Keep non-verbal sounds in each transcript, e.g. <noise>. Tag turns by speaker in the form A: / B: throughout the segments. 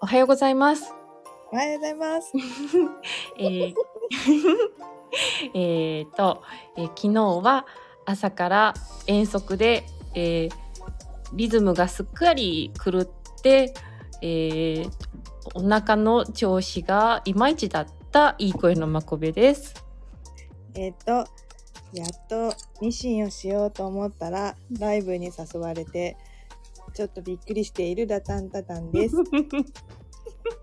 A: おはようございます。
B: おはようございます。
A: えー <laughs> えーと、えー昨日は朝から遠足で、えーリズムがすっかり狂って、えーお腹の調子がいまいちだったいい声のまこべです。
B: えっ、と、やっとミシンをしようと思ったら、ライブに誘われて、ちょっとびっくりしているダタンタタ
A: <laughs>
B: ンです。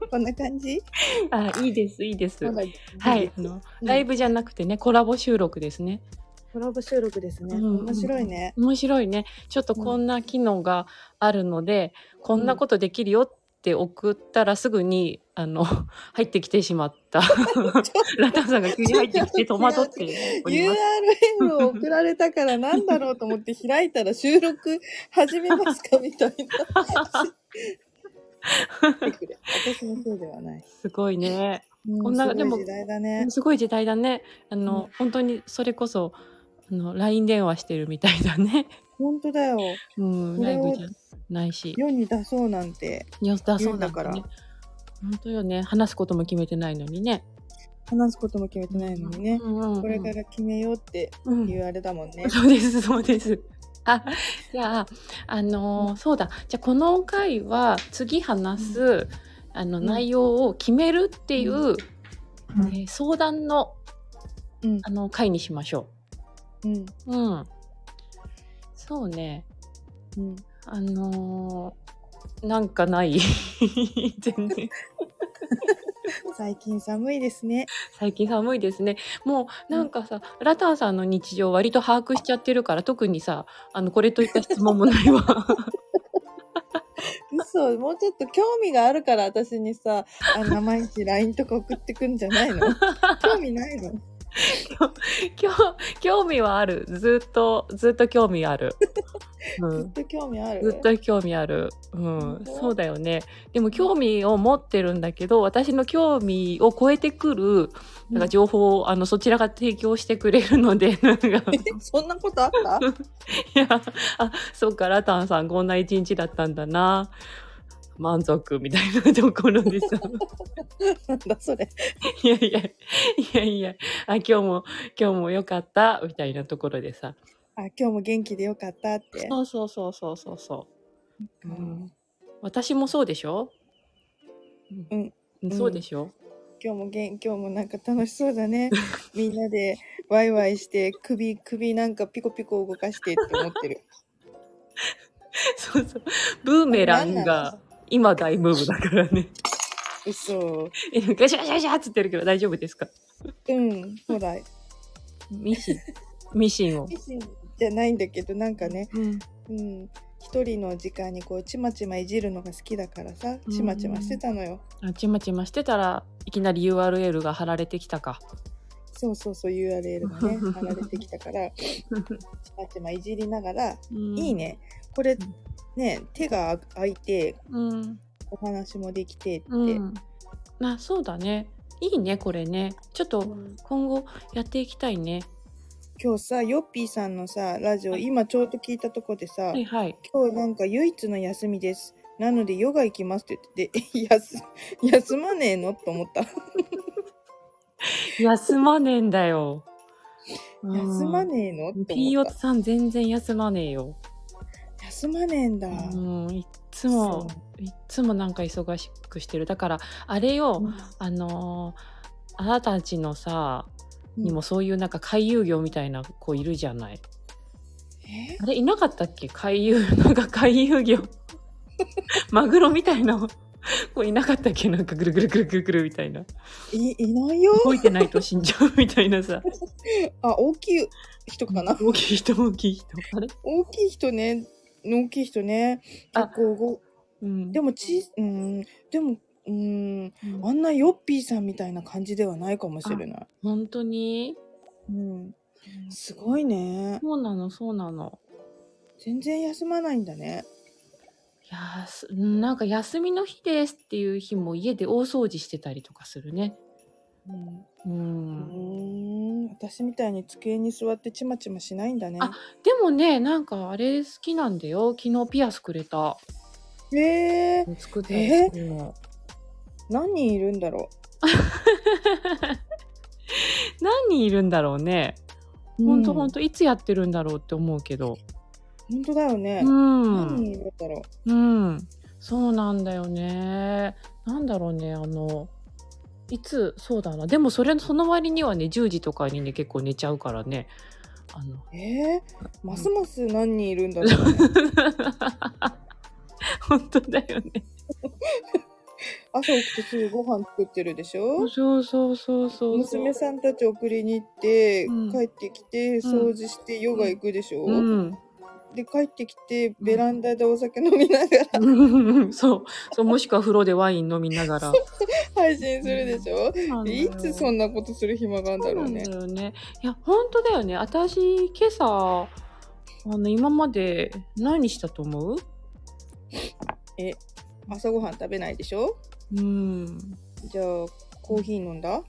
B: こんな感じ
A: あ、いいです、いいです。
B: まだ
A: はい、あの、ライ
B: ブ。
A: ブじゃなくてね、コラボ収録ですね。
B: コラボ収録ですね。
A: うん
B: 面白いね。
A: 面白いね。ちょっとこんな機能があるので、こんなことできるよって送ったらすぐに、あの、 <laughs> 入ってきてしま
B: <laughs>
A: った。ラタンさんが急に入ってきて戸惑っており
B: <laughs>
A: ます。
B: URL を送られたからなんだろうと思って開いたら収録始めますかみ
A: <laughs>
B: たいな。来てくれ私のせいではない。
A: すごいね。
B: うん
A: こんな
B: すごい
A: でも
B: 時代だね。
A: すごい時代だね。あの、
B: う
A: 本当にそれこそ、あの、LINE 電話してるみたいだね。 <laughs>
B: 本当だよ。
A: うん、
B: こ
A: ライ
B: れを
A: ブじゃないし。
B: 世に出そうなんて
A: よだそうだ
B: 言うんだから
A: ね。本当よね。話すことも決めてないのにね。
B: 話すことも決めてないのにね、
A: うんうんうん
B: これから決めようって
A: うん
B: 言われたもんね、
A: そうです、そうです。あ、じゃあ、あのーそうだ。じゃあ、この回は次話す、あの、
B: うん
A: 内容を決めるっていう、
B: うん
A: えー相談の、
B: うん
A: あの、回にしましょ
B: うん
A: う。うん。そうね。
B: うん、
A: あのーなんかない。 <laughs> 全然。
B: 最近寒いですね
A: 最近寒いですね。もうなんかさ、ラタンさんの日常割と把握しちゃってるから、特にさ、あの、これといった質問もないわ。
B: 嘘もうちょっと興味があるから私にさあの毎日 LINE とか送ってくんじゃない
A: <laughs>
B: の興味ないの
A: 興 <laughs> 興味はあるずっとずっと興味ある、う
B: ずっ
A: ん、
B: と興味ある
A: ずっと興味ある、うん
B: 本、当
A: そうだよねでも興味を持ってるんだけど私の興味を超えてくるなんか情報を、あのそちらが提供してくれるので <laughs> なんかい
B: うんそんなことあった
A: やあそうかラタンさんこんな一日だったんだな満足みたいなところでさ
B: なんだそれ
A: <laughs> いやいやいやいやあ今日も今日も良かったみたいなところでさ
B: あ今日も元気でよかったって
A: そうそうそうそうそうそう。うん、私もそうでしょ。
B: うん、
A: うん、そうでしょ。
B: 今日も元今日もなんか楽しそうだね
A: <laughs>
B: みんなでワイワイして首首なんかピコピコ動かしてって思ってる
A: そうそう。ブー <laughs> メランが今大ブームだからね。 <laughs>
B: 嘘。
A: えガシャガシャガシャっつってるけど大丈夫ですか。
B: うん、ほら、
A: ミシン、ミシンを。
B: 美人じゃないんだけど、なんかね、
A: うん、
B: うん、一人の時間にこう、ちまちまいじるのが好きだからさ
A: う、ん
B: ちまちましてたのよ。
A: あちまちましてたらいきなり URL が貼られてきたか。 <laughs>
B: そうそうそう、URL がね、貼られてきたから、ちまちまいじりながら、
A: うん
B: いい。ね、これ、ね、手が開いて、
A: うん。
B: お話もできてって。
A: うん。あそうだね。いいねこれね。ちょっと今後やっていきたいね。
B: 今日さヨッピーさんのさラジオ
A: はい
B: 今ちょうど聞いたとこでさ、
A: はいはい。
B: 今日なんか唯一の休みです。なのでヨガ行きますって言ってて、え <laughs> 休休まねえのと思った。
A: 休まねえんだよ。
B: 休まねえのって
A: ピー
B: 思
A: ヨ
B: っ
A: ツさん全然休まねえよ。
B: た。休まねえんだ。
A: うん、いっつも、いっつもなんか忙しくしてる。だから、あれ
B: そう
A: よ、あのーあなたたちのさ、
B: うん
A: にもそういうなんか回遊魚みたいな子いるじゃない。
B: え
A: あれ、いなかったっけ回遊、なんか <laughs> 回遊魚。マグロみたいな子いなかったっけなんかぐるぐるぐるぐるぐるみたいな。
B: いいないよ。
A: 動いてないと死んじゃうみたいな
B: <laughs>
A: さ。
B: あ、大きい人かな。
A: 大きい人、大きい人。あれ
B: 大きい人ね。大きい人ね。
A: あ
B: 結構ご、
A: うん。
B: でもち、うん、でも、うん、
A: うん
B: あんなヨッピーさんみたいな感じではないかもしれない。
A: 本当に
B: うん、すごいね。
A: そうなのそうなの
B: 全然休まないんだね。
A: いやーすなんか休みの日ですっていう日も家で大掃除してたりとかするね
B: うん
A: うん、
B: うーん私みたいに机に座ってちまちましないんだね。
A: あでもねなんかあれ好きなんだよ昨日ピアスくれた
B: えー、
A: 作ったやつも、
B: 何人いるんだろ
A: 何人いるんだろうね、
B: う。
A: ほんとほ
B: うん
A: といつやってるんだろうって思うけど
B: 本当だよね。
A: うん、
B: 何人いるんだろ
A: うん、そうなんだよね。なんだろうね、あの、いつ、そうだな。でもそれ、その割にはね、10時とかにね、結構寝ちゃうからね。あの、
B: う。えー、ますます何人いるんだろ
A: <laughs>
B: う、ね。
A: 本当だよね。
B: 朝起きてすぐご飯作ってるでしょ。
A: そうそうそうそう。
B: 娘さんたち送りに行って、
A: うん
B: 帰ってきて掃除してヨガ行くでしょ、
A: うん。
B: で帰ってきてベランダでお酒飲みながら
A: <laughs> そう。そう、もしくは風呂でワイン飲みながら。
B: 配信するでしょ、
A: そうなんだ
B: で
A: よ
B: <laughs> いつそんなことする暇があるんだろうね
A: そうなんだよね。いや、本当だよね。私、今朝、あの、今まで何したと思う
B: 朝ごはん食べないでしょ
A: うん。
B: じゃあコーヒー飲んだ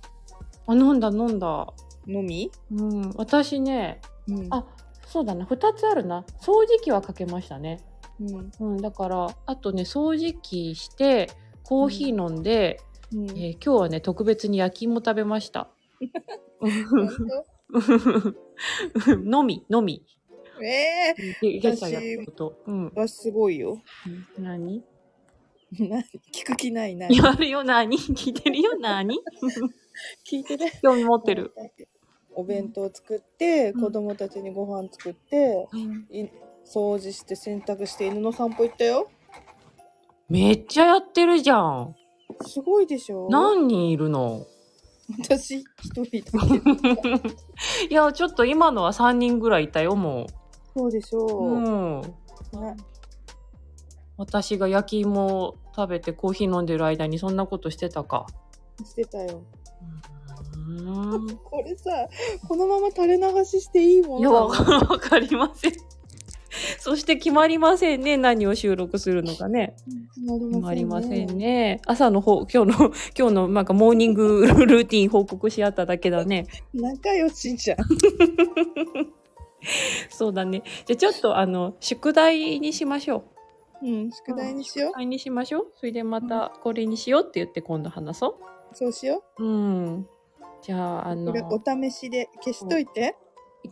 A: あ、飲んだ飲んだ。
B: 飲み、
A: うん。私ね、
B: うん
A: あ、そうだな。二つあるな。掃除機はかけましたね。
B: うん
A: うん。だから、あとね、掃除機して、コーヒー飲んで、
B: うん
A: え
B: <laughs>
A: ー今日はね、特別に焼き芋食べま <laughs> した。
B: 本
A: のみ、のみ。
B: 当ええ
A: でゲッチャやったこと。うん。
B: 私すごいよ <laughs>
A: 何
B: 何聞く気ないな
A: 言われるよ、何 <laughs> 聞いてるよ、何
B: 聞いてね
A: <laughs> 興味持ってる。
B: お弁当作って、
A: うん
B: 子供たちにご飯作って、い掃除して洗濯して犬の散歩行ったよ
A: めっちゃやってるじゃん。
B: すごいでしょ
A: 何人いるの
B: 私一人だけど
A: いや、ちょっと今のは3人ぐらいいたよ、もう。
B: そうでしょう、
A: うん、
B: ね
A: 私が焼き芋を食べてコーヒー飲んでる間にそんなことしてたか。
B: してたよ
A: うん。
B: これさこのまま垂れ流ししていいも
A: いや、わ
B: のなの
A: わかりません。 <laughs> そして決まりませんね。何を収録するのかね。決まりませんね。朝の方、今日の、 <laughs> 今日のなんかモーニング <laughs> ルーティン報告し合っただけだね。
B: 仲良しじゃん
A: そうだね。じゃあちょっとあの、宿題にしましょう。
B: うん宿題にしよ
A: 宿題にしましょう。それでまたこれにしようって言って今度話そう。
B: うそうしよ
A: うん。じゃあ、あ
B: う
A: の
B: こ、れお試しで消しといて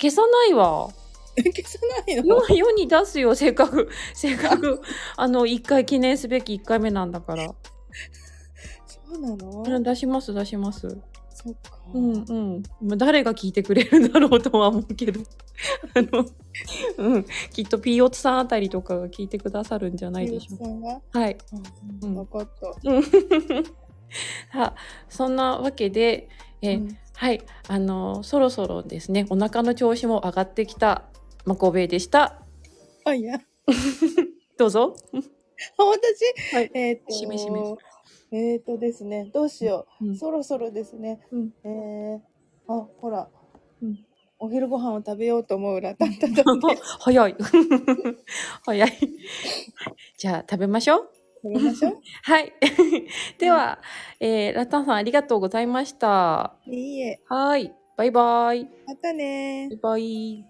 A: 消さないわ。
B: <laughs> 消さない
A: 世
B: の
A: 世に出すよ、せっかく。せっかく、あの、一回記念すべき一回目なんだから。
B: そうなの
A: うん出します、出します。
B: そっか
A: うんうん。まあ誰が聞いてくれるだろうとは思うけ <laughs> ど。あの、うん。きっとピーオツさんあたりとかが聞いてくださるんじゃない
B: ゆ
A: で
B: う
A: し
B: き
A: ょう
B: さんが
A: か。はい。
B: うん分かった
A: さあ、そんなわけで、え
B: うん
A: はい、あのそろそろですね、お腹の調子も上がってきたマコベイでした。
B: あいや <laughs> あ
A: どう <laughs> ぞ。
B: 私、
A: はい
B: えっと
A: しめしめ
B: えっとですねどうしよう、
A: うん
B: そろそろですね、
A: うん
B: えー、あほら、
A: うん
B: お昼ご飯を食べようと思うらたんたたんで
A: 早い。 <laughs> 早い。じゃあ食べましょう。
B: 食べ
A: <laughs>
B: ましょう
A: はい。では、えーラタンさんありがとうございました。
B: いいえ、
A: はい。バイバイ。
B: またねー
A: バイバイ。